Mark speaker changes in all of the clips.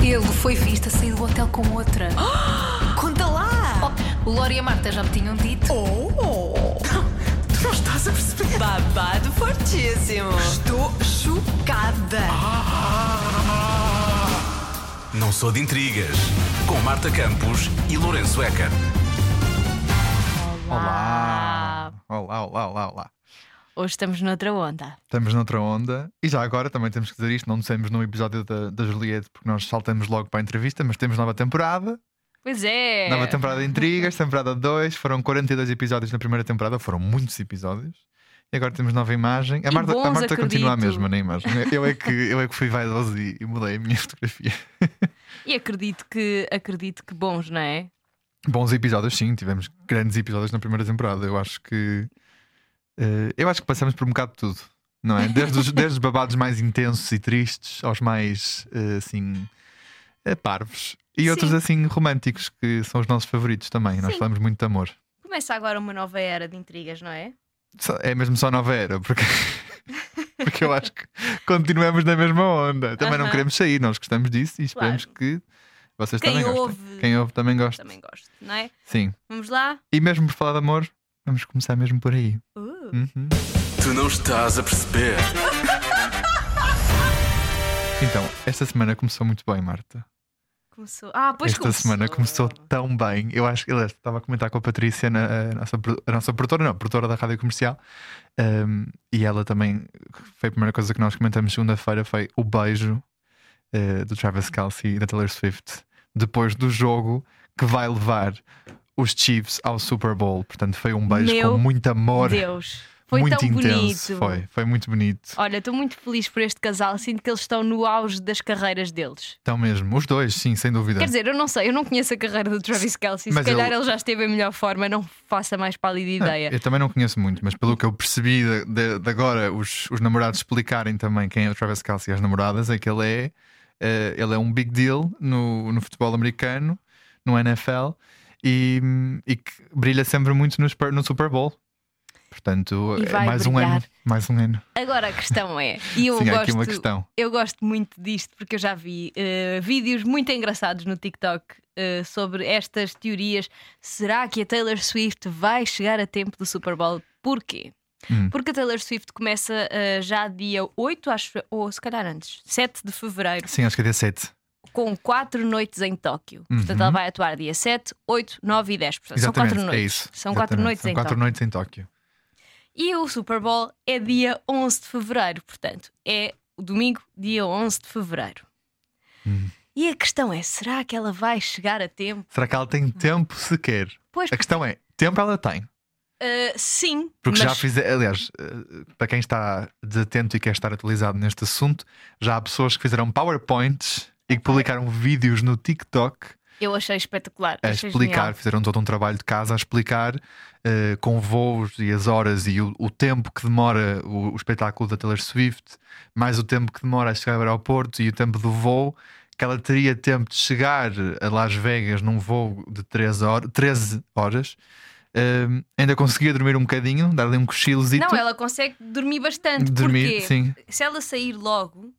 Speaker 1: Ele foi visto a sair do hotel com outra.
Speaker 2: Conta lá!
Speaker 1: Oh, o Lori e a Marta já me tinham dito.
Speaker 2: Oh!
Speaker 3: Tu não estás a perceber?
Speaker 2: Babado fortíssimo! Estou chocada!
Speaker 4: Não sou de intrigas. Com Marta Campos e Lourenço Eker.
Speaker 5: Ah.
Speaker 1: Olá.
Speaker 3: Olá, olá, olá, olá.
Speaker 5: Hoje estamos noutra onda.
Speaker 3: Estamos noutra onda. E já agora também temos que dizer isto. Não dissemos no episódio da, da Juliette, porque nós saltamos logo para a entrevista, mas temos nova temporada.
Speaker 5: Pois é.
Speaker 3: Nova temporada de Intrigas, temporada 2. Foram 42 episódios na primeira temporada, foram muitos episódios. E agora temos nova imagem. A
Speaker 5: E
Speaker 3: Marta,
Speaker 5: bons,
Speaker 3: a Marta continua a
Speaker 5: acredito.
Speaker 3: mesma na imagem. Eu é que, eu é que fui vaidoso e, e mudei a minha fotografia.
Speaker 5: E acredito que acredito que bons, não é?
Speaker 3: Bons episódios, sim. Tivemos grandes episódios na primeira temporada. Eu acho que. eh, eu acho que passamos por um bocado de tudo, não é? Desde os, desde os babados mais intensos e tristes aos mais, eh, assim, eh, parvos. E outros, assim, românticos, que são os nossos favoritos também. Nós
Speaker 5: Sim.
Speaker 3: falamos muito de amor.
Speaker 5: Começa agora uma nova era de intrigas, não é?
Speaker 3: Só- É mesmo só nova era, porque. Porque eu acho que continuamos na mesma onda. Também não
Speaker 5: Aham.
Speaker 3: queremos sair, nós gostamos disso e esperamos que vocês
Speaker 5: Quem
Speaker 3: também
Speaker 5: ouve
Speaker 3: gostem. Quem ouve também gosta.
Speaker 5: também gosto, não é?
Speaker 3: Sim.
Speaker 5: Vamos lá?
Speaker 3: E mesmo por falar de amor, vamos começar mesmo por aí.
Speaker 5: Uh,
Speaker 3: Uhum.
Speaker 4: Tu não estás a perceber.
Speaker 3: Então, esta semana começou muito bem, Marta.
Speaker 5: Começou. Ah, pois
Speaker 3: esta
Speaker 5: começou.
Speaker 3: semana começou tão bem. Eu acho que aliás, estava a comentar com a Patrícia, na- a, nossa, pro- a nossa produtora, não, a produtora da rádio comercial, ehm, e ela também foi a primeira coisa que nós comentamos segunda-feira: foi o beijo eh, do Travis Kelsey e da Taylor Swift depois do jogo que vai levar os Chiefs ao Super Bowl. Portanto, foi um beijo
Speaker 5: Meu
Speaker 3: com muito amor.
Speaker 5: Deus. Foi
Speaker 3: muito
Speaker 5: tão bonito.
Speaker 3: intenso, foi, foi muito bonito.
Speaker 5: Olha, estou muito feliz por este casal. Sinto que eles estão no auge das carreiras deles.
Speaker 3: Então mesmo, os dois, sim, sem dúvida.
Speaker 5: Quer dizer, eu não sei, eu não conheço a carreira do Travis Kelsey.
Speaker 3: É. Mas
Speaker 5: Se calhar
Speaker 3: eu- Ah,
Speaker 5: ele já esteve em melhor forma, não faça mais pálida
Speaker 3: Não,
Speaker 5: ideia.
Speaker 3: Eu também não conheço muito, mas pelo que eu percebi de, de- de agora os, os namorados explicarem também quem é o Travis Kelsey às namoradas, é que ele é, eh, ele é um big deal no, no futebol americano, no NFL, e, e que brilha sempre muito no, Spur- no Super Bowl. Portanto,
Speaker 5: E
Speaker 3: é
Speaker 5: vai
Speaker 3: mais um
Speaker 5: brilhar.
Speaker 3: ano. Mais um ano.
Speaker 5: Agora a questão é, e eu
Speaker 3: Sim, há
Speaker 5: gosto,
Speaker 3: aqui uma questão.
Speaker 5: eu gosto muito disto porque eu já vi eh, vídeos muito engraçados no TikTok eh, sobre estas teorias. Será que a Taylor Swift vai chegar a tempo do Super Bowl? Porquê?
Speaker 3: Hum.
Speaker 5: Porque a Taylor Swift começa eh, já dia 8, acho, ou se calhar antes, 7 de fevereiro,
Speaker 3: Sim, acho que é dia 7.
Speaker 5: com 4 noites em Tóquio. Portanto,
Speaker 3: Uhum.
Speaker 5: ela vai atuar dia 7, 8, 9 e 10. Portanto, são
Speaker 3: Exatamente,
Speaker 5: 4 noites.
Speaker 3: é isso.
Speaker 5: São 4
Speaker 3: Exatamente,
Speaker 5: noites
Speaker 3: São
Speaker 5: em
Speaker 3: quatro
Speaker 5: Tóquio.
Speaker 3: noites em Tóquio.
Speaker 5: E o Super Bowl é dia 11 de fevereiro, portanto, é o domingo, dia 11 de fevereiro.
Speaker 3: Hum.
Speaker 5: E a questão é: será que ela vai chegar a tempo?
Speaker 3: Será que ela tem tempo sequer?
Speaker 5: Pois,
Speaker 3: A questão é, tempo ela tem.
Speaker 5: eh, sim,
Speaker 3: Porque já
Speaker 5: mas-
Speaker 3: fiz, aliás, eh, para quem está desatento e quer estar atualizado neste assunto, já há pessoas que fizeram PowerPoints e que publicaram vídeos no TikTok
Speaker 5: eu achei espetacular.
Speaker 3: a
Speaker 5: achei
Speaker 3: explicar,
Speaker 5: é genial.
Speaker 3: fizeram todo um trabalho de casa a explicar eh, com voos e as horas e o, o tempo que demora o, o espetáculo da Taylor Swift, mais o tempo que demora a chegar ao aeroporto e o tempo do voo, que ela teria tempo de chegar a Las Vegas num voo de 13 horas. 13 horas. Eh, ainda conseguia dormir um bocadinho, dar lhe um cochilozito.
Speaker 5: Não, ela consegue dormir bastante.
Speaker 3: Dormir,
Speaker 5: porque
Speaker 3: sim.
Speaker 5: se ela sair logo.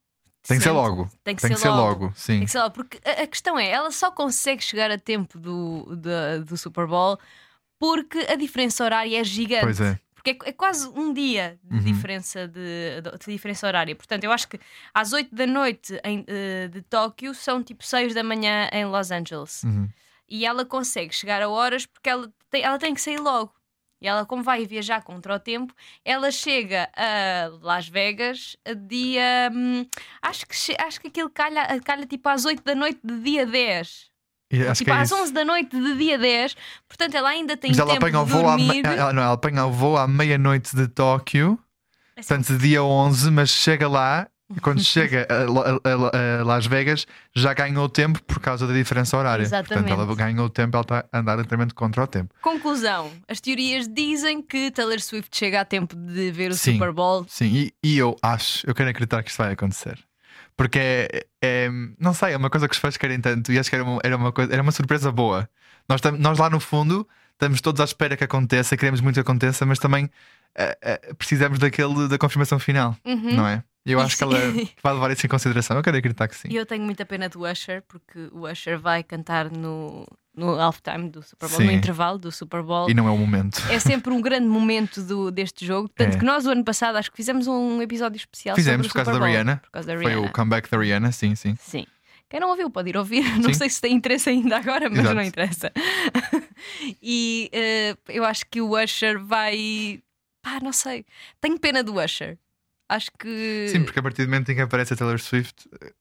Speaker 3: Tem que ser
Speaker 5: sempre-
Speaker 3: logo.
Speaker 5: Tem que,
Speaker 3: Tem
Speaker 5: ser,
Speaker 3: que ser
Speaker 5: logo.
Speaker 3: logo, sim.
Speaker 5: Tem que ser logo, porque a, a questão é, ela só consegue chegar a tempo do, da- do Super Bowl porque a diferença horária é gigante.
Speaker 3: Pois é.
Speaker 5: Porque é, qu- é quase um dia de
Speaker 3: Uhum.
Speaker 5: diferença de, de diferença horária. Portanto, eu acho que às 8 da noite em, eh, de Tóquio são tipo 6 da manhã em Los Angeles.
Speaker 3: Uhum.
Speaker 5: E ela consegue chegar a horas porque ela tem, ela tem que sair logo. E ela, como vai viajar contra o tempo, ela chega a Las Vegas a dia. hum, acho, que, che- acho que aquilo calha, calha tipo às 8 da noite de dia 10.
Speaker 3: E acho
Speaker 5: tipo
Speaker 3: que é
Speaker 5: às
Speaker 3: isso.
Speaker 5: 11 da noite de dia 10. Portanto, ela ainda tem
Speaker 3: Mas ela
Speaker 5: tempo
Speaker 3: apanha, o
Speaker 5: de
Speaker 3: voo à, me-
Speaker 5: dormir.
Speaker 3: ela, não, ela apanha o voo à meia-noite de Tóquio, portanto, dia 11, mas chega lá e quando chega a, Lo- a- a- a Las Vegas já ganhou tempo por causa da diferença horária.
Speaker 5: Exatamente.
Speaker 3: Portanto, ela ganhou tempo, ela está a andar literalmente contra o tempo.
Speaker 5: Conclusão: as teorias dizem que Taylor Swift chega a tempo de ver o
Speaker 3: Sim.
Speaker 5: Super Bowl.
Speaker 3: Sim, e, e eu acho, eu quero acreditar que isto vai acontecer. Porque é, é- não sei, é uma coisa que os fãs querem tanto e acho que era uma, era uma, coisa, era uma surpresa boa. Nós, tam- nós lá no fundo estamos todos à espera que aconteça, queremos muito que aconteça, mas também eh, eh, precisamos daquele, da confirmação final,
Speaker 5: Uhum.
Speaker 3: não é? Eu acho que
Speaker 5: Isso.
Speaker 3: ela vai levar isso em consideração. Eu quero acreditar que sim.
Speaker 5: E eu tenho muita pena do Usher, porque o Usher vai cantar no, no halftime do Super Bowl, no
Speaker 3: Sim.
Speaker 5: intervalo do Super Bowl.
Speaker 3: E não é o momento.
Speaker 5: É sempre um grande momento do, deste jogo. Tanto
Speaker 3: É.
Speaker 5: que nós, o ano passado, acho que fizemos um episódio especial
Speaker 3: Fizemos
Speaker 5: sobre o
Speaker 3: por causa
Speaker 5: Super
Speaker 3: da
Speaker 5: Bowl.
Speaker 3: Rihanna.
Speaker 5: Por causa da
Speaker 3: Foi o
Speaker 5: Rihanna.
Speaker 3: comeback da Rihanna, sim, sim.
Speaker 5: Sim. Quem não ouviu pode ir ouvir. Não
Speaker 3: Sim.
Speaker 5: sei se tem interesse ainda agora, mas
Speaker 3: Exato.
Speaker 5: não interessa. e eh, eu acho que o Usher vai. Pá, não sei. Tenho pena do Usher. Acho que.
Speaker 3: Sim, porque a partir do momento em que aparece a Taylor Swift, eh,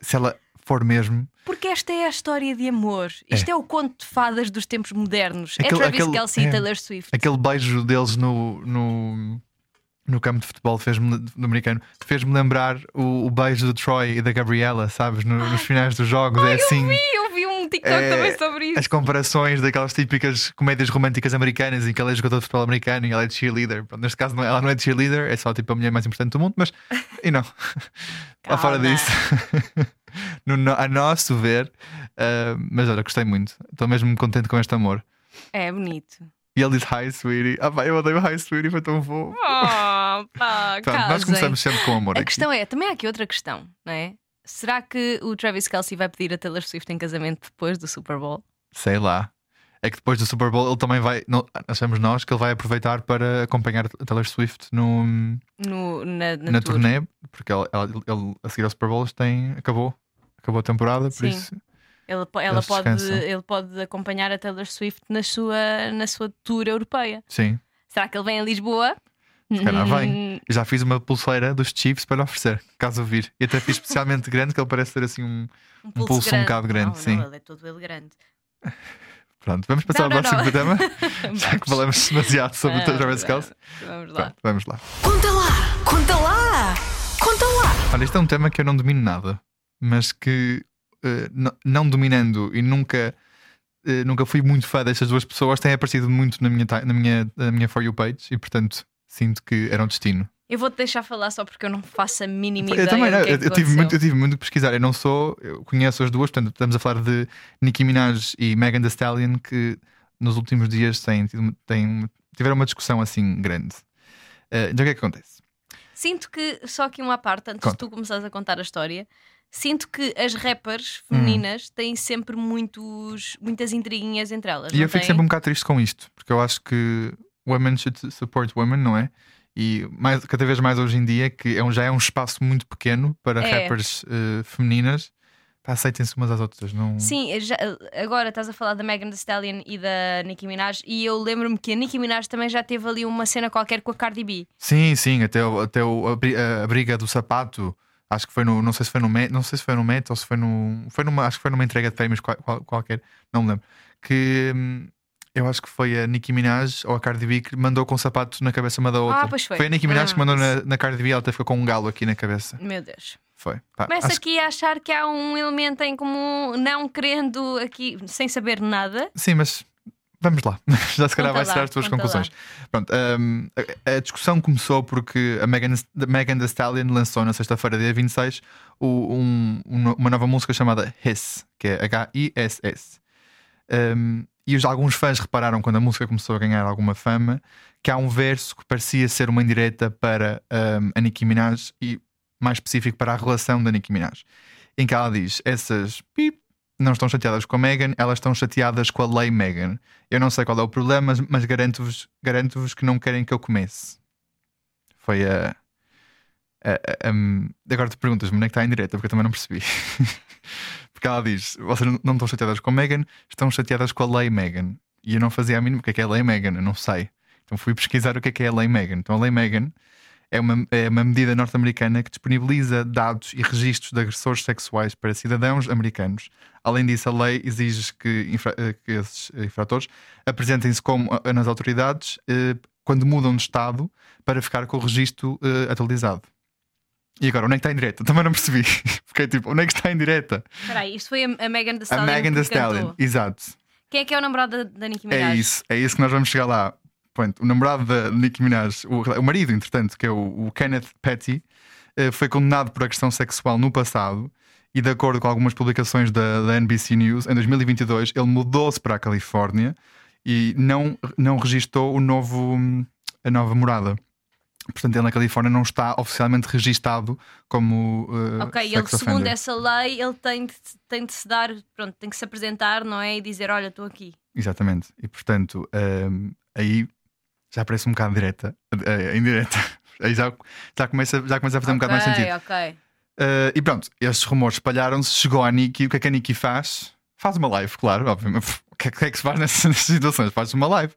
Speaker 3: se ela for mesmo,
Speaker 5: Porque esta é a história de amor. Isto é, o conto de fadas dos tempos modernos. é
Speaker 3: Aquele-
Speaker 5: Travis
Speaker 3: aquele-
Speaker 5: Kelsey
Speaker 3: é.
Speaker 5: e Taylor Swift.
Speaker 3: aquele beijo deles no, no, no campo de futebol fez-me, no americano fez-me lembrar o, o beijo do Troy e da Gabriela, sabes? no- nos finais dos jogos. é assim.
Speaker 5: E eu vi um TikTok
Speaker 3: É,
Speaker 5: também sobre isso.
Speaker 3: As comparações daquelas típicas comédias românticas americanas em que ela é jogadora de futebol americano e ela é cheerleader. Pronto, neste caso, não é- ela não é cheerleader, é só tipo a mulher mais importante do mundo, mas. E não. Lá fora
Speaker 5: Calma.
Speaker 3: disso. no no- a nosso ver. ah, mas olha, gostei muito. Estou mesmo contente com este amor.
Speaker 5: É bonito.
Speaker 3: E ele diz hi, sweetie. Ah, pá, eu odeio hi, sweetie, foi tão fofo.
Speaker 5: Oh, pá,
Speaker 3: Pronto, nós
Speaker 5: casem.
Speaker 3: começamos sempre com amor.
Speaker 5: A
Speaker 3: aqui.
Speaker 5: questão é, também há aqui outra questão, não é? Será que o Travis Kelsey vai pedir a Taylor Swift em casamento depois do Super Bowl?
Speaker 3: Sei lá. É que depois do Super Bowl ele também vai. não- achamos nós que ele vai aproveitar para acompanhar a Taylor Swift no.
Speaker 5: No, na na
Speaker 3: na
Speaker 5: tour?
Speaker 3: turnê, porque ela, ela- ele, a seguir ao Super Bowl eles têm, acabou, acabou a temporada, por
Speaker 5: Sim.
Speaker 3: isso
Speaker 5: Ele, po- ela
Speaker 3: Eles
Speaker 5: pode,
Speaker 3: descansam.
Speaker 5: ele pode acompanhar a Taylor Swift na sua, na sua tour europeia.
Speaker 3: sim.
Speaker 5: Será que ele vem a Lisboa?
Speaker 3: Se calhar vem. Eu já fiz uma pulseira dos Chiefs para lhe oferecer, caso ouvir. E até fiz especialmente grande, que ele parece ter assim um.
Speaker 5: Um
Speaker 3: pulso um bocado grande,
Speaker 5: não,
Speaker 3: sim.
Speaker 5: Não, ele é todo ele grande.
Speaker 3: Pronto, vamos passar
Speaker 5: Não,
Speaker 3: ao
Speaker 5: não, não.
Speaker 3: próximo tema, já que falamos demasiado sobre o
Speaker 5: Vamos,
Speaker 3: Travis Kelce.
Speaker 5: Vamos lá.
Speaker 3: Pronto, vamos lá.
Speaker 2: Conta lá, conta lá, conta lá.
Speaker 3: Olha, este é um tema que eu não domino nada, mas que eh, n- não dominando e nunca. eh, nunca fui muito fã destas duas pessoas, têm aparecido muito na minha, ti- na minha, na minha For You page e, portanto, sinto que era um destino.
Speaker 5: Eu vou te deixar falar só porque eu não faço a mínima
Speaker 3: Eu
Speaker 5: ideia.
Speaker 3: também,
Speaker 5: do
Speaker 3: não,
Speaker 5: que é
Speaker 3: eu,
Speaker 5: que
Speaker 3: eu tive
Speaker 5: aconteceu.
Speaker 3: muito, eu tive muito que pesquisar. Eu não sou, eu conheço as duas, portanto, estamos a falar de Nicki Minaj e Megan Thee Stallion, que nos últimos dias têm, tido uma- têm- tiveram uma discussão assim grande. Eh, então, o que é que acontece?
Speaker 5: Sinto que, só aqui uma parte, antes
Speaker 3: Conta.
Speaker 5: de tu começares a contar a história, sinto que as rappers
Speaker 3: Hum.
Speaker 5: femininas têm sempre muitos, muitas intriguinhas entre elas.
Speaker 3: E
Speaker 5: não
Speaker 3: eu fico
Speaker 5: têm?
Speaker 3: sempre um bocado triste com isto, porque eu acho que women should support women, não é? E mais, cada vez mais hoje em dia, que é um, já é um espaço muito pequeno para
Speaker 5: É.
Speaker 3: rappers eh, femininas, Pá, aceitem-se umas às outras, não?
Speaker 5: Sim, eu já- agora estás a falar da Megan Thee Stallion e da Nicki Minaj, e eu lembro-me que a Nicki Minaj também já teve ali uma cena qualquer com a Cardi B.
Speaker 3: Sim, sim, até, o- até o- a, bri- a briga do sapato. Acho que foi no. Não sei se foi no Met, não sei se foi no Met ou se foi no. Foi numa, acho que foi numa entrega de prémios qual- qual- qualquer, não me lembro. Que hum, eu acho que foi a Nicki Minaj ou a Cardi B que mandou com o sapato na cabeça uma da outra.
Speaker 5: Ah, pois foi.
Speaker 3: a Nicki Minaj
Speaker 5: Ah,
Speaker 3: que mandou na, na Cardi B, ela até ficou com um galo aqui na cabeça.
Speaker 5: Meu Deus.
Speaker 3: Foi. Pá,
Speaker 5: Começa
Speaker 3: acho que-
Speaker 5: aqui a achar que há um elemento em comum, não querendo aqui, sem saber nada.
Speaker 3: Sim, mas vamos lá. Já se calhar
Speaker 5: Conta
Speaker 3: vai tirar
Speaker 5: lá,
Speaker 3: as tuas
Speaker 5: conta
Speaker 3: conclusões. Pronto, hum, a, a discussão começou porque a Megan, a Megan Thee Stallion lançou na sexta-feira, dia 26, o- um- um- uma nova música chamada Hiss, que é H-I-S-S. Hum, e os, alguns fãs repararam quando a música começou a ganhar alguma fama que há um verso que parecia ser uma indireta para hum, a Nicki Minaj e mais específico para a relação da Nicki Minaj, em que ela diz essas pip não estão chateadas com a Megan, elas estão chateadas com a lei Megan. Eu não sei qual é o problema, mas, mas garanto-vos garanto que não querem que eu comece. Foi a. a- a- a- agora te perguntas-me onde é que está em direta, porque eu também não percebi. porque ela diz: vocês não- não estão chateadas com a Megan, estão chateadas com a lei Megan. E eu não fazia a mínima o que é que é a lei Megan, eu não sei. Então fui pesquisar o que é que é a lei Megan. Então a lei Megan é uma, é uma medida norte-americana que disponibiliza dados e registros de agressores sexuais para cidadãos americanos. Além disso, a lei exige que, infra- eh, que esses infratores apresentem-se como a- nas autoridades eh, quando mudam de estado para ficar com o registro eh, atualizado. E agora, onde é que está em direta? Também não percebi. Fiquei tipo, onde é que está em direta?
Speaker 5: Espera aí, isto foi a a Megan Thee
Speaker 3: A
Speaker 5: Stallion.
Speaker 3: Megan
Speaker 5: que
Speaker 3: Thee Stallion.
Speaker 5: cantou.
Speaker 3: Exato.
Speaker 5: Quem é que é o namorado da, da Nicki Minaj?
Speaker 3: É isso, é isso que nós vamos chegar lá. Pronto, o namorado da Nicki Minaj, o, o marido, entretanto, que é o, o Kenneth Petty, eh, foi condenado por agressão sexual no passado e, de acordo com algumas publicações da, da NBC News, em 2022 ele mudou-se para a Califórnia e não, não registou o novo, hum, a nova morada. Portanto, ele na Califórnia não está oficialmente registado como. eh,
Speaker 5: Ok, ele
Speaker 3: sex
Speaker 5: segundo
Speaker 3: offender.
Speaker 5: essa lei, ele tem de, tem de se dar, pronto, tem que se apresentar, não é? E dizer, olha, estou aqui.
Speaker 3: Exatamente. E portanto, ehm, aí já parece um bocado direta. eh, indireta. Aí já, já, começa, já começa a fazer um bocado mais
Speaker 5: Ok,
Speaker 3: sentido.
Speaker 5: ok.
Speaker 3: Eh, e pronto, esses rumores espalharam-se, chegou à Nikki. O que é que a Nikki faz? Faz uma live, claro, obviamente. O que é, o que é que se faz nessas nessas situações? Faz uma live.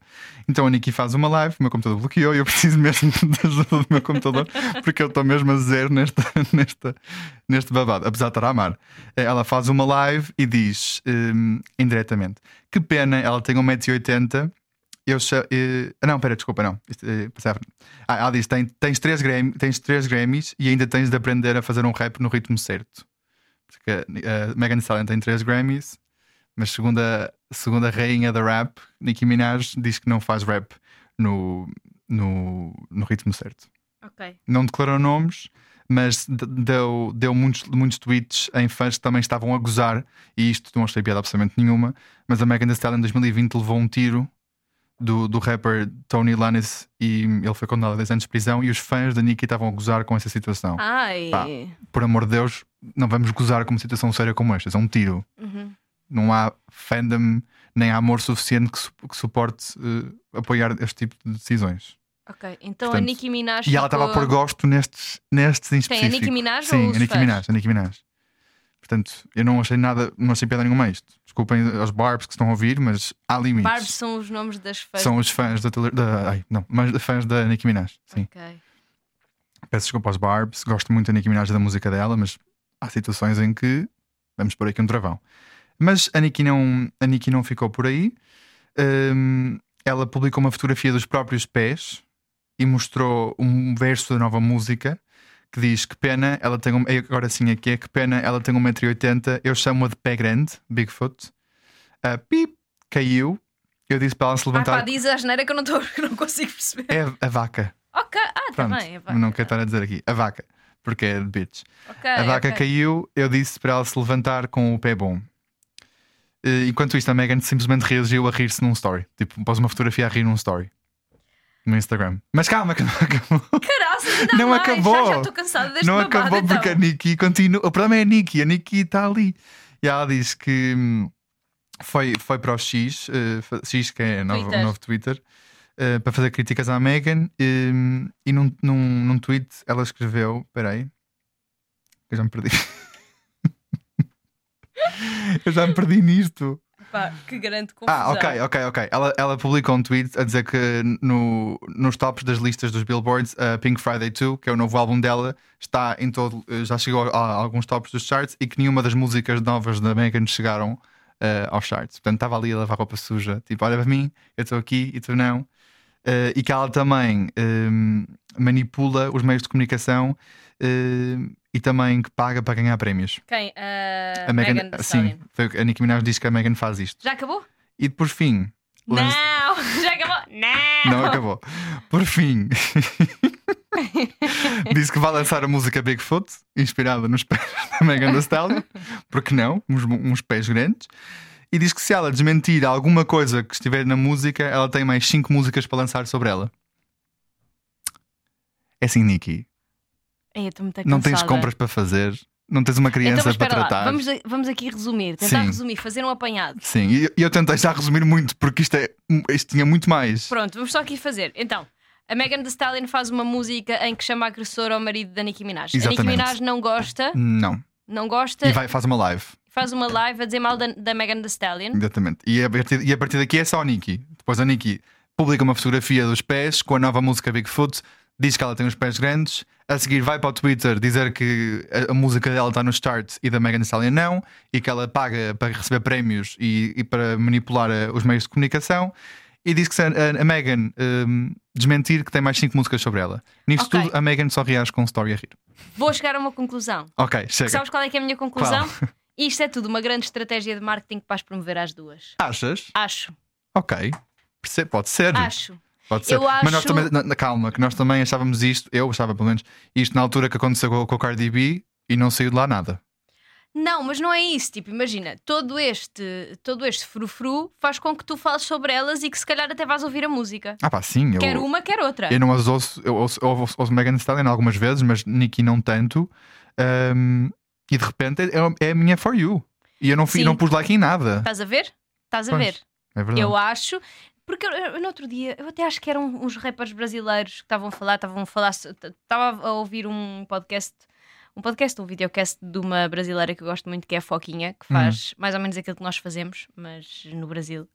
Speaker 3: Então a Nikki faz uma live, o meu computador bloqueou e eu preciso mesmo da ajuda do meu computador porque eu estou mesmo a zero nesta, nesta, neste babado, apesar de estar a amar. Eh, Ela faz uma live e diz hum, indiretamente: Que pena, ela tem 1,80m. Eu cha- eh, ah, não, pera, desculpa, não. Isto, eh, passei à frente. Ah, ela diz: "Tem- tens, três Grammy, tens três Grammys e ainda tens de aprender a fazer um rap no ritmo certo. Porque eh, Megan Thee Stallion tem três Grammys, mas segundo a, segundo a rainha da rap, Nicki Minaj, diz que não faz rap no, no, no ritmo certo
Speaker 5: Ok.
Speaker 3: não declarou nomes, mas d- deu, deu muitos, muitos tweets em fãs que também estavam a gozar, e isto não achei piada absolutamente nenhuma. Mas a Megan Thee Stallion em 2020 levou um tiro do, do rapper Tony Lannis e ele foi condenado a 10 anos de prisão. E os fãs da Nicki estavam a gozar com essa situação.
Speaker 5: Ah. Ai.
Speaker 3: Pá. Por amor de Deus, não vamos gozar com uma situação séria como esta. É um tiro.
Speaker 5: Uhum.
Speaker 3: Não há fandom nem há amor suficiente que, su- que suporte eh, apoiar este tipo de decisões.
Speaker 5: Ok, então a
Speaker 3: Portanto,
Speaker 5: Nicki Minaj.
Speaker 3: E ela
Speaker 5: ficou-
Speaker 3: estava a pôr gosto nestes, nestes
Speaker 5: Quem,
Speaker 3: em
Speaker 5: a Nicki
Speaker 3: específico.
Speaker 5: Minaj
Speaker 3: Sim,
Speaker 5: ou os
Speaker 3: a Nicki
Speaker 5: fãs?
Speaker 3: Minaj, a Nicki Minaj. Portanto, eu não achei nada, não achei piada nenhuma a isto. Desculpem aos Barbs que estão a ouvir, mas há limites.
Speaker 5: Barbs são os nomes das fãs.
Speaker 3: São os fãs da, Taylor- da ai, não, mas fãs da Nicki Minaj. Sim.
Speaker 5: Ok. Ah,
Speaker 3: Peço desculpa aos Barbs, gosto muito da Nicki Minaj e da música dela, mas há situações em que vamos por aqui um travão. Mas a Nicki não, a Nicki não ficou por aí. Hum, ela publicou uma fotografia dos próprios pés e mostrou um verso da nova música que diz que pena, ela tem um, agora sim aqui é que pena, ela tem 1,80m, eu chamo-a de pé grande, Bigfoot. Ah, pip, caiu. Eu disse para ela se
Speaker 5: Ah,
Speaker 3: levantar.
Speaker 5: pá, diz a geneira que eu não, tô, que eu não consigo perceber.
Speaker 3: é a vaca.
Speaker 5: Ok, ah, tá
Speaker 3: Pronto.
Speaker 5: bem. é vá.
Speaker 3: não quero estar a dizer aqui. A vaca. Porque é de bitch.
Speaker 5: Ok,
Speaker 3: A vaca
Speaker 5: ok.
Speaker 3: caiu, eu disse para ela se levantar com o pé bom. Eh, Enquanto isto, a Megan simplesmente reagiu a rir-se num story. Tipo, pôs uma fotografia a rir num story. No Instagram. Mas calma, que não acabou.
Speaker 5: Oh, Caraças, ainda há
Speaker 3: Não
Speaker 5: mais.
Speaker 3: acabou.
Speaker 5: Já estou cansada deste
Speaker 3: não
Speaker 5: babado,
Speaker 3: acabou
Speaker 5: então.
Speaker 3: porque a Nikki continua. O problema é a Nikki. A Nikki está ali. E ela diz que hum, foi, foi para o X, eh, fa- X que é o novo,
Speaker 5: Twitter.
Speaker 3: o novo Twitter, eh, para fazer críticas à Megan. hum, e num, num, num tweet ela escreveu. Peraí. Eu já me perdi. Eu já me perdi nisto.
Speaker 5: Pá, que grande confusão.
Speaker 3: Ah, ok, ok, ok. Ela, ela publica um tweet a dizer que no, nos tops das listas dos Billboards, a Pink Friday 2, que é o novo álbum dela, está em todo, já chegou a, a alguns tops dos charts e que nenhuma das músicas novas da Megan chegaram eh, aos charts. Portanto, estava ali a lavar roupa suja, tipo, olha para mim, eu estou aqui e tu não. Eh, e que ela também ehm, manipula os meios de comunicação ehm, e também que paga para ganhar prémios.
Speaker 5: Quem? Ah,
Speaker 3: A Megan,
Speaker 5: Megan Thee
Speaker 3: sim,
Speaker 5: Stallion.
Speaker 3: foi o que a Nicki Minaj diz que a Megan faz isto.
Speaker 5: Já acabou?
Speaker 3: E por fim, lança-
Speaker 5: Não! Já acabou? Não!
Speaker 3: Não acabou. Por fim, disse que vai lançar a música Bigfoot, inspirada nos pés da Megan Thee Stallion, porque não? Uns, uns pés grandes. E diz que se ela desmentir alguma coisa que estiver na música, ela tem mais cinco músicas para lançar sobre ela. É assim, Nikki.
Speaker 5: Ei, eu estou muito
Speaker 3: Não tens
Speaker 5: É cansada.
Speaker 3: compras para fazer, não tens uma
Speaker 5: Então,
Speaker 3: criança
Speaker 5: mas
Speaker 3: para
Speaker 5: espera
Speaker 3: tratar.
Speaker 5: lá, vamos, vamos aqui resumir, tentar
Speaker 3: Sim.
Speaker 5: resumir, fazer um apanhado.
Speaker 3: Sim, e eu- e eu tentei já resumir muito, porque isto, é, isto tinha muito mais.
Speaker 5: Pronto, vamos só aqui fazer. Então, a Megan Thee Stallion faz uma música em que chama agressor ao marido da Nicki Minaj. A
Speaker 3: Exatamente.
Speaker 5: Nicki Minaj não gosta,
Speaker 3: Não.
Speaker 5: não gosta,
Speaker 3: E vai, faz uma live.
Speaker 5: faz uma live a dizer mal da, da Megan Thee Stallion.
Speaker 3: Exatamente. E a, partir, e a partir daqui é só a Nikki. Depois a Nikki publica uma fotografia dos pés com a nova música Bigfoot, diz que ela tem os pés grandes. A seguir vai para o Twitter dizer que a, a música dela está no chart e da Megan Thee Stallion não, e que ela paga para receber prémios e, e para manipular eh, os meios de comunicação. E diz que se a, a- a Megan hum, desmentir que tem mais cinco músicas sobre ela. Nisto
Speaker 5: Ok.
Speaker 3: tudo, a Megan só reage com um story a rir.
Speaker 5: Vou chegar a uma conclusão.
Speaker 3: Ok,
Speaker 5: Que
Speaker 3: chega.
Speaker 5: Sabes qual é que é a minha conclusão? Isto é tudo uma grande estratégia de marketing para as promover às duas.
Speaker 3: Achas?
Speaker 5: Acho,
Speaker 3: Ok. Perce- Pode ser.
Speaker 5: acho.
Speaker 3: Pode ser.
Speaker 5: Eu
Speaker 3: Mas nós
Speaker 5: acho-
Speaker 3: também, na- na- calma, que nós também achávamos isto, eu achava pelo menos, isto na altura que aconteceu com, com o Cardi B e não saiu de lá nada.
Speaker 5: Não, mas não é isso. Tipo, imagina, todo este, todo este frufru faz com que tu fales sobre elas e que se calhar até vás ouvir a música.
Speaker 3: Ah, pá, sim.
Speaker 5: Quer
Speaker 3: eu,
Speaker 5: uma, quer outra.
Speaker 3: eu não as ouço, eu ouço, eu ouço, ouço Megan Thee Stallion algumas vezes, mas Nicki não tanto. Ahm, e de repente é, é a minha For You. E eu não, fui,
Speaker 5: Sim.
Speaker 3: não pus like em nada.
Speaker 5: Estás a ver? Estás a
Speaker 3: Pois,
Speaker 5: ver?
Speaker 3: É verdade.
Speaker 5: Eu acho. Porque eu, eu- no outro dia, eu até acho que eram uns rappers brasileiros que estavam a falar, estavam a falar, estava a ouvir um podcast, um podcast, um videocast de uma brasileira que eu gosto muito, que é a Foquinha, que faz mais ou menos aquilo que nós fazemos, mas no Brasil.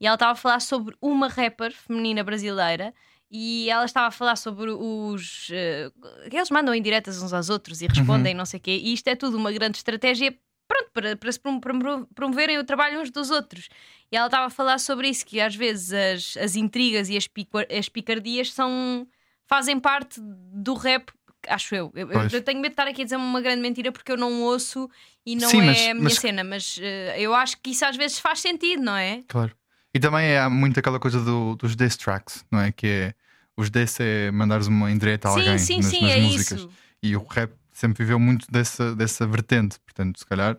Speaker 5: E ela estava a falar sobre uma rapper feminina brasileira e ela estava a falar sobre os. eh, eles mandam indiretas uns aos outros
Speaker 3: Uhum.
Speaker 5: e respondem, não sei o quê, e isto é tudo uma grande estratégia. Pronto, para, para se prom- prom- promoverem o trabalho uns dos outros. E ela estava a falar sobre isso, que às vezes as, as intrigas e as, pico- as picardias são, fazem parte do rap, acho eu. Eu, eu-
Speaker 3: Pois.
Speaker 5: eu tenho medo de estar aqui a dizer uma grande mentira porque eu não ouço e não
Speaker 3: Sim,
Speaker 5: é
Speaker 3: mas-
Speaker 5: a minha
Speaker 3: mas-
Speaker 5: cena, mas eh, eu acho que isso às vezes faz sentido, não é?
Speaker 3: Claro. E também é, há muito aquela coisa do- dos diss tracks, não é? Que é os diss é mandares uma indireta a alguém
Speaker 5: sim, sim,
Speaker 3: nas,
Speaker 5: sim,
Speaker 3: nas
Speaker 5: é
Speaker 3: músicas.
Speaker 5: isso.
Speaker 3: E o rap sempre viveu muito dessa, dessa vertente. Portanto, se calhar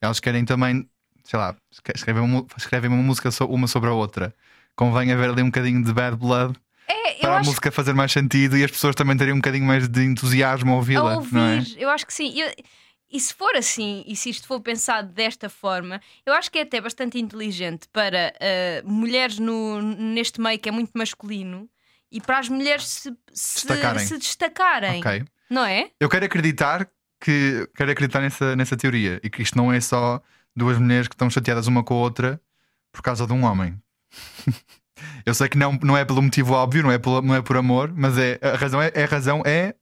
Speaker 3: elas querem também, sei lá, esque- escrevem uma, mu- escrevem uma música so- uma sobre a outra. Convém haver ali um bocadinho de bad blood
Speaker 5: É, eu
Speaker 3: para a
Speaker 5: acho
Speaker 3: música fazer mais sentido e as pessoas também terem um bocadinho mais de entusiasmo a
Speaker 5: a
Speaker 3: ouvi-la,
Speaker 5: ouvir,
Speaker 3: não é?
Speaker 5: eu acho que sim. Eu- e se for assim, e se isto for pensado desta forma, eu acho que é até bastante inteligente para ah, mulheres no, neste meio que é muito masculino e para as mulheres se, se-
Speaker 3: Destacarem.
Speaker 5: se destacarem,
Speaker 3: Ok.
Speaker 5: não é?
Speaker 3: Eu quero acreditar que quero acreditar nessa, nessa teoria e que isto não é só duas mulheres que estão chateadas uma com a outra por causa de um homem. Eu sei que não, não é pelo motivo óbvio, não é, pelo- não é por amor, mas é, a, razão é, a razão é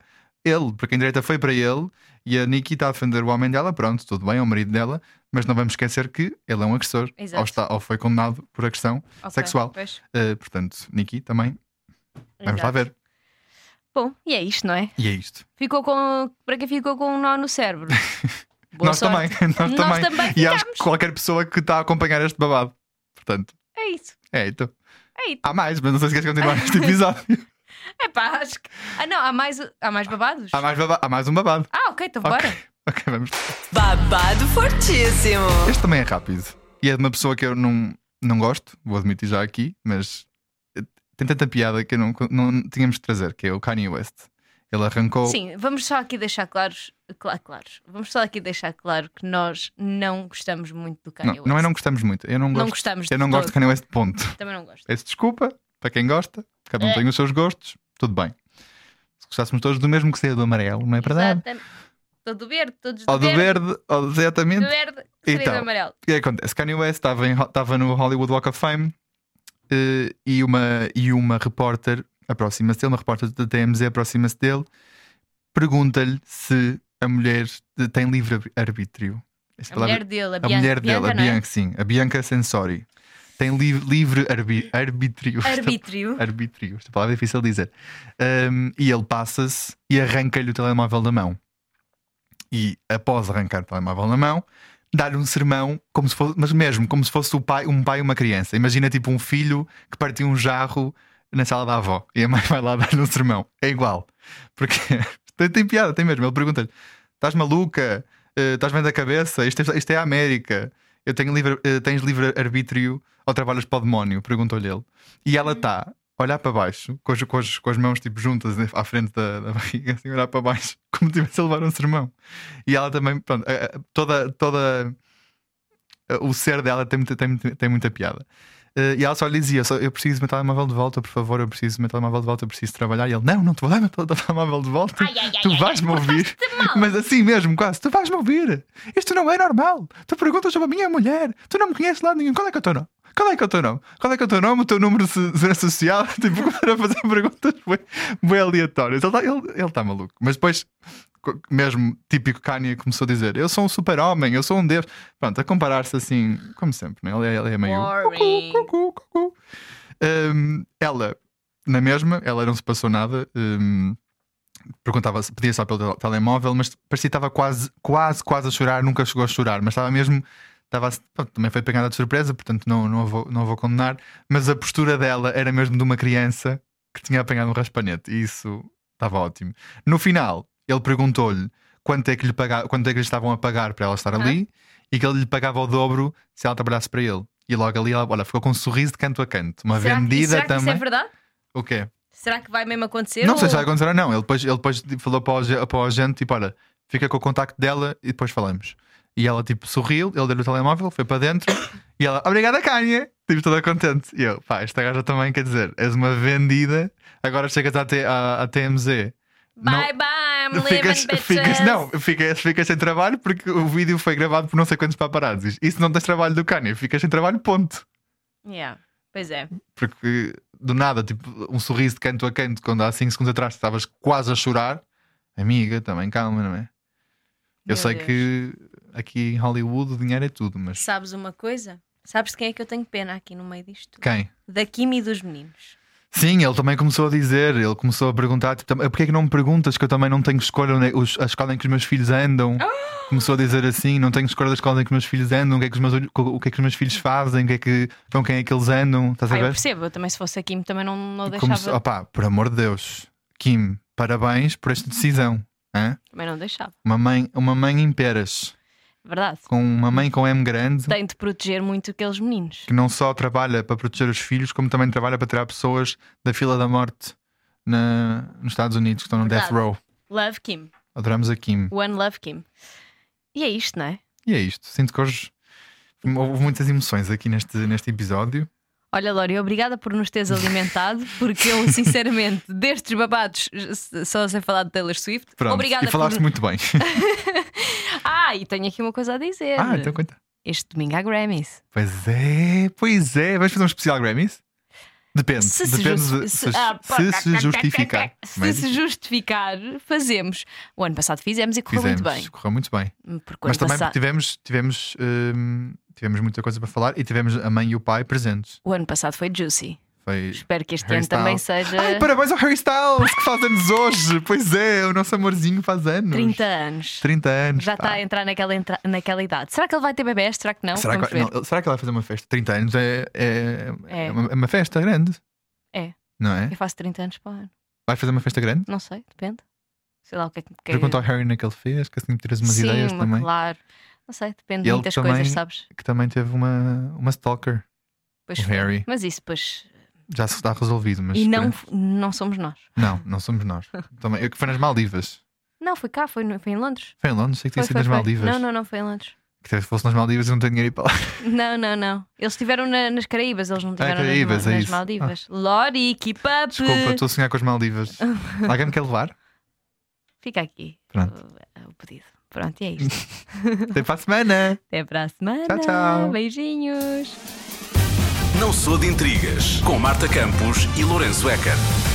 Speaker 3: ele, porque a indireta foi para ele e a Nikki está a defender o homem dela, pronto, tudo bem, é o marido dela, mas não vamos esquecer que ele é um agressor
Speaker 5: Exato.
Speaker 3: ou, está, ou foi condenado por agressão.
Speaker 5: Ok,
Speaker 3: Sexual.
Speaker 5: pois,
Speaker 3: Eh, portanto, Nikki também, vamos lá
Speaker 5: exato.
Speaker 3: ver.
Speaker 5: Bom, e é isto, não é?
Speaker 3: E é isto.
Speaker 5: Ficou com. Para quem ficou com um nó no cérebro. Boa
Speaker 3: Nós
Speaker 5: sorte.
Speaker 3: também, nós,
Speaker 5: Nós
Speaker 3: também.
Speaker 5: também
Speaker 3: E acho
Speaker 5: ficámos.
Speaker 3: que qualquer pessoa que está a acompanhar este babado. Portanto,
Speaker 5: É isso.
Speaker 3: é então.
Speaker 5: É isso.
Speaker 3: Há mais, mas não sei se queres continuar este episódio.
Speaker 5: É pá, acho que. Ah, não, há mais, há mais babados?
Speaker 3: Há mais, baba- há mais um babado.
Speaker 5: Ah, ok, então
Speaker 3: Ok.
Speaker 5: bora.
Speaker 3: Ok, vamos.
Speaker 2: Babado fortíssimo.
Speaker 3: Este também é rápido. E é de uma pessoa que eu não, não gosto, vou admitir já aqui, mas eh, tem tanta piada que eu não, não tínhamos de trazer, que é o Kanye West. Ele arrancou.
Speaker 5: Sim, vamos só aqui deixar claros, claro, claros. Vamos só aqui deixar claro que nós não gostamos muito do Kanye
Speaker 3: não,
Speaker 5: West.
Speaker 3: não é não gostamos muito. Eu não,
Speaker 5: Não
Speaker 3: gosto,
Speaker 5: gostamos
Speaker 3: eu não
Speaker 5: de
Speaker 3: gosto
Speaker 5: todo.
Speaker 3: de Kanye West, ponto.
Speaker 5: Também não gosto.
Speaker 3: Peço desculpa para quem gosta, cada um
Speaker 5: É.
Speaker 3: tem os seus gostos, tudo bem. Se gostássemos todos do mesmo que seria do amarelo, não é verdade?
Speaker 5: Exatamente. Todo verde, todos
Speaker 3: Ou
Speaker 5: do
Speaker 3: do
Speaker 5: verde,
Speaker 3: verde, ou do
Speaker 5: do
Speaker 3: exatamente.
Speaker 5: verde, seria
Speaker 3: Então.
Speaker 5: do amarelo.
Speaker 3: O que é que acontece? Kanye West estava, em Ho- estava no Hollywood Walk of Fame eh, e, uma, e uma repórter aproxima-se dele, uma repórter da TMZ aproxima-se dele, pergunta-lhe se a mulher de- tem livre arbítrio. Esta
Speaker 5: A mulher dele, a,
Speaker 3: a
Speaker 5: Bian-
Speaker 3: mulher dele,
Speaker 5: Bianca,
Speaker 3: a
Speaker 5: não é?
Speaker 3: Bianca, sim, a Bianca Sensori, tem li- livre arbi- arbítrio.
Speaker 5: Arbítrio.
Speaker 3: arbítrio, esta palavra é difícil de dizer. Um, e ele passa-se e arranca-lhe o telemóvel da mão. E após arrancar o telemóvel da mão, dá-lhe um sermão, como se fosse, mas mesmo como se fosse o pai, um pai e uma criança. Imagina tipo um filho que partiu um jarro na sala da avó e a mãe vai lá dar-lhe um sermão. É igual. Porque tem, tem piada, tem mesmo. Ele pergunta-lhe: estás maluca? Eh, estás bem da cabeça? Isto é, isto é a América. Eu tenho livre, eh, tens livre arbítrio ou trabalhas para o demónio? Perguntou-lhe ele. E ela tá. está a olhar para baixo, com as, com as- com as mãos tipo juntas né, à frente da, da barriga, assim, a olhar para baixo, como se estivesse a levar um sermão. E ela também, pronto, eh, eh, toda. toda eh, o ser dela tem muita, tem, muita- tem muita piada. Eh, e ela só lhe dizia: só, Eu preciso meter o telemóvel de volta, por favor, eu preciso meter o telemóvel de volta, eu preciso trabalhar. E ele: Não, não te vou dar o meu telemóvel de volta. tu vais-me ouvir. Mas assim mesmo, quase: Tu vais-me ouvir. Isto não é normal. Tu perguntas sobre a minha mulher. Tu não me conheces lá nenhum. Qual é que é o teu nome? Qual é que é o teu nome? Qual é que é o teu nome? O teu número de se- segurança social? Tipo, começaram a fazer perguntas bem, bem aleatórias. Ele está maluco. Mas depois, co- mesmo típico Kanye, começou a dizer: Eu sou um super-homem, eu sou um deus. Pronto, a comparar-se assim, como sempre, né? ele, é, ele é meio.
Speaker 5: Boring.
Speaker 3: Cucu, cucu. Hum, ela, na mesma, ela não se passou nada. hum, Perguntava-se, pedia só pelo tel- telemóvel, mas parecia que estava quase, quase, quase a chorar, nunca chegou a chorar, mas estava mesmo. Estava, a se- pronto, também foi apanhada de surpresa, portanto não, não, a vou, não a vou condenar, mas a postura dela era mesmo de uma criança que tinha apanhado um raspanete, e isso estava ótimo. No final, ele perguntou-lhe quanto é que lhe, paga, quanto é que lhe estavam a pagar para ela estar
Speaker 5: Aham.
Speaker 3: ali e que ele lhe pagava o dobro se ela trabalhasse para ele. E logo ali ela olha, ficou com um sorriso de canto a canto. Uma
Speaker 5: será que,
Speaker 3: vendida
Speaker 5: será que isso é
Speaker 3: também.
Speaker 5: verdade?
Speaker 3: o quê?
Speaker 5: Será que vai mesmo acontecer?
Speaker 3: não sei
Speaker 5: ou-
Speaker 3: se vai acontecer ou não. Ele depois, ele depois tipo, falou para o, ge- para o agente: tipo, olha, fica com o contacto dela e depois falamos. E ela tipo sorriu, ele deu-lhe o telemóvel, foi para dentro e ela, obrigada, Kanye! Tipo, toda contente. E eu, pá, esta gaja também quer dizer, és uma vendida, agora chegas à, T- à, à TMZ.
Speaker 5: Bye bye, I'm living
Speaker 3: ficas,
Speaker 5: bitches.
Speaker 3: ficas, não, ficas, ficas sem trabalho porque o vídeo foi gravado por não sei quantos paparazzis. Isso não tens trabalho do Kanye, ficas sem trabalho, ponto.
Speaker 5: Yeah, Pois é.
Speaker 3: Porque do nada, tipo, um sorriso de canto a canto, quando há 5 segundos atrás estavas quase a chorar, amiga, também calma, não é?
Speaker 5: Meu
Speaker 3: eu sei
Speaker 5: Deus.
Speaker 3: que aqui em Hollywood o dinheiro é tudo, mas
Speaker 5: Sabes uma coisa? Sabes de quem é que eu tenho pena aqui no meio disto?
Speaker 3: quem?
Speaker 5: Da Kim e dos meninos.
Speaker 3: Sim, ele também começou a dizer, ele começou a perguntar: tipo, "Tam- porquê é que não me perguntas que eu também não tenho escolha onde é- os- a escola em que os meus filhos andam?
Speaker 5: Ah!
Speaker 3: Começou a dizer assim: não tenho escolha da escola em que os meus filhos andam, o que é que os meus, olho- o que é que os meus filhos fazem, o que é que, com quem é que eles andam, estás a
Speaker 5: Ah, eu
Speaker 3: ver?
Speaker 5: percebo, eu também se fosse a Kim também não, não deixava.
Speaker 3: Começou, opá, por amor de Deus, Kim, parabéns por esta decisão. hã?
Speaker 5: Também não deixava.
Speaker 3: Uma mãe, uma mãe em peras,
Speaker 5: Verdade.
Speaker 3: com uma mãe com M grande,
Speaker 5: Tem de proteger muito aqueles meninos.
Speaker 3: que não só trabalha para proteger os filhos, como também trabalha para tirar pessoas da fila da morte na- nos Estados Unidos, que estão no Death
Speaker 5: Verdade.
Speaker 3: Row.
Speaker 5: Love Kim.
Speaker 3: Adoramos a Kim.
Speaker 5: One Love Kim. E é isto, não é?
Speaker 3: E é isto. Sinto que hoje houve muitas emoções aqui neste, neste episódio.
Speaker 5: Olha, Lória, obrigada por nos teres alimentado, porque eu, sinceramente, destes babados, só sem falar de Taylor Swift.
Speaker 3: Pronto.
Speaker 5: obrigada
Speaker 3: e falaste
Speaker 5: por.
Speaker 3: muito bem.
Speaker 5: Ah, e tenho aqui uma coisa a dizer.
Speaker 3: ah, então conta.
Speaker 5: Este domingo há Grammys.
Speaker 3: Pois é, pois é. Vais fazer um especial Grammys? Depende.
Speaker 5: Se se
Speaker 3: Depende
Speaker 5: justi-
Speaker 3: de-
Speaker 5: se-
Speaker 3: se,
Speaker 5: ah, pá,
Speaker 3: se se justificar. é?
Speaker 5: Se
Speaker 3: Mas
Speaker 5: se justificar, fazemos. O ano passado fizemos e correu
Speaker 3: fizemos,
Speaker 5: muito bem.
Speaker 3: Correu muito bem.
Speaker 5: Porque o
Speaker 3: Mas
Speaker 5: ano
Speaker 3: também
Speaker 5: passa-
Speaker 3: tivemos, tivemos, hum, tivemos muita coisa para falar e tivemos a mãe e o pai presentes.
Speaker 5: O ano passado foi juicy.
Speaker 3: Foi.
Speaker 5: Espero que este
Speaker 3: Harry
Speaker 5: ano também
Speaker 3: Styles.
Speaker 5: seja
Speaker 3: Ai, parabéns ao Harry Styles que faz anos hoje. Pois é, o nosso amorzinho faz anos.
Speaker 5: 30 anos.
Speaker 3: 30 anos.
Speaker 5: Já tá está
Speaker 3: pá.
Speaker 5: a entrar naquela, entra- naquela idade. Será que ele vai ter bebés? Será que não?
Speaker 3: Será
Speaker 5: Vamos
Speaker 3: que,
Speaker 5: ver.
Speaker 3: não, será que ele vai fazer uma festa? 30 anos é, é,
Speaker 5: É.
Speaker 3: é uma, é uma festa grande.
Speaker 5: É.
Speaker 3: Não é?
Speaker 5: Eu faço 30 anos para o ano.
Speaker 3: Vai fazer uma festa grande?
Speaker 5: Não sei, depende. Sei lá o que é que. que-
Speaker 3: Pergunta ao Harry na que ele fez, que assim me tiras umas
Speaker 5: Sim,
Speaker 3: ideias
Speaker 5: uma-
Speaker 3: também.
Speaker 5: Claro. Não sei, depende de
Speaker 3: Ele
Speaker 5: muitas
Speaker 3: também-
Speaker 5: coisas, sabes?
Speaker 3: Que também teve uma, uma stalker.
Speaker 5: Pois
Speaker 3: O
Speaker 5: foi.
Speaker 3: Harry.
Speaker 5: Mas isso, pois.
Speaker 3: Já se está resolvido, mas.
Speaker 5: e não,
Speaker 3: pronto.
Speaker 5: não somos nós.
Speaker 3: Não, não somos nós. também, eu que foi nas Maldivas.
Speaker 5: Não, foi cá, foi, no- foi em Londres.
Speaker 3: Foi em Londres, sei que
Speaker 5: Foi,
Speaker 3: tinha sido
Speaker 5: foi,
Speaker 3: nas
Speaker 5: foi.
Speaker 3: Maldivas.
Speaker 5: Não, não, não, foi em Londres.
Speaker 3: Que se fosse nas Maldivas eu não tenho dinheiro para ir para
Speaker 5: Não,
Speaker 3: lá.
Speaker 5: não, não. Eles estiveram na- nas Caraíbas, eles não estiveram nas- nas,
Speaker 3: Caraíbas, é isso.
Speaker 5: Maldivas. Lori, keep up!
Speaker 3: Desculpa, estou a sonhar com as Maldivas. Alguém me quer levar?
Speaker 5: Fica aqui
Speaker 3: Pronto.
Speaker 5: o, o pedido. Pronto, e é isto.
Speaker 3: Até para a semana!
Speaker 5: Até para a semana.
Speaker 3: Tchau, tchau.
Speaker 5: Beijinhos.
Speaker 4: Não sou de intrigas com Marta Campos e Lourenço Eker.